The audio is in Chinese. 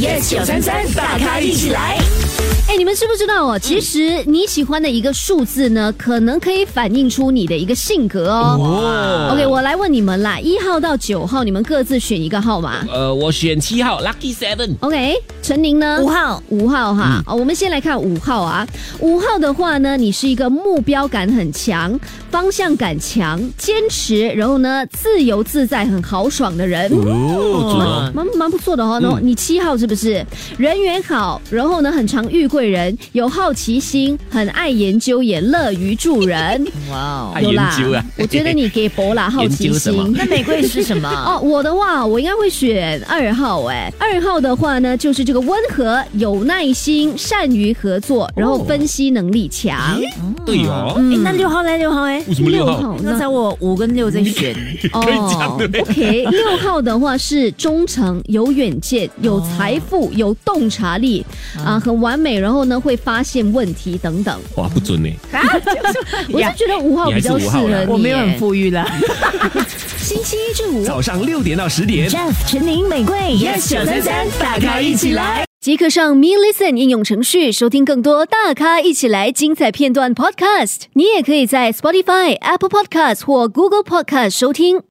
yes 九三三，大咖一起来。嗯哎，你们知不知道哦？其实你喜欢的一个数字呢，可能可以反映出你的一个性格哦。哦 OK，我来问你们啦，一号到九号，你们各自选一个号码。呃，我选七号，Lucky Seven。 OK，陈宁呢？五号，五号哈、嗯哦，我们先来看五号啊。五号的话呢，你是一个目标感很强、方向感强、坚持，然后呢自由自在、很豪爽的人。嗯哦，准哦。蛮蛮不错的哦，嗯你七号是不是人缘好？然后呢，很常遇贵人，有好奇心，很爱研究，也乐于助 人。哇哦，爱有啦研 究啊我觉得你给博啦，好奇研究什么心。那玫瑰是什么？ 哦，我的话，我应该会选二号哎。二号的话呢，就是这个温和、有耐心、善于合作，然后分析能力强。对哦， 哎，那六号嘞？六号哎， 为什么六号？刚才呢？我五跟六在选，哦 可以这样对不对 OK，六号的话是忠诚、有远见、有财富、有洞察力啊，很完美。然后呢，会发现问题等等。哇，不准呢。我是觉得五号比较适合哎你还是五号啦啊你。我没有很。富裕啦。星期一至五早上六点到十点， Jeff、陈宁、玫瑰，Yes 九三三，大咖一起来。即刻上 Me Listen 应用程序收听更多大咖一起来精彩片段 Podcast。你也可以在 Spotify、Apple Podcast 或 Google Podcast 收听。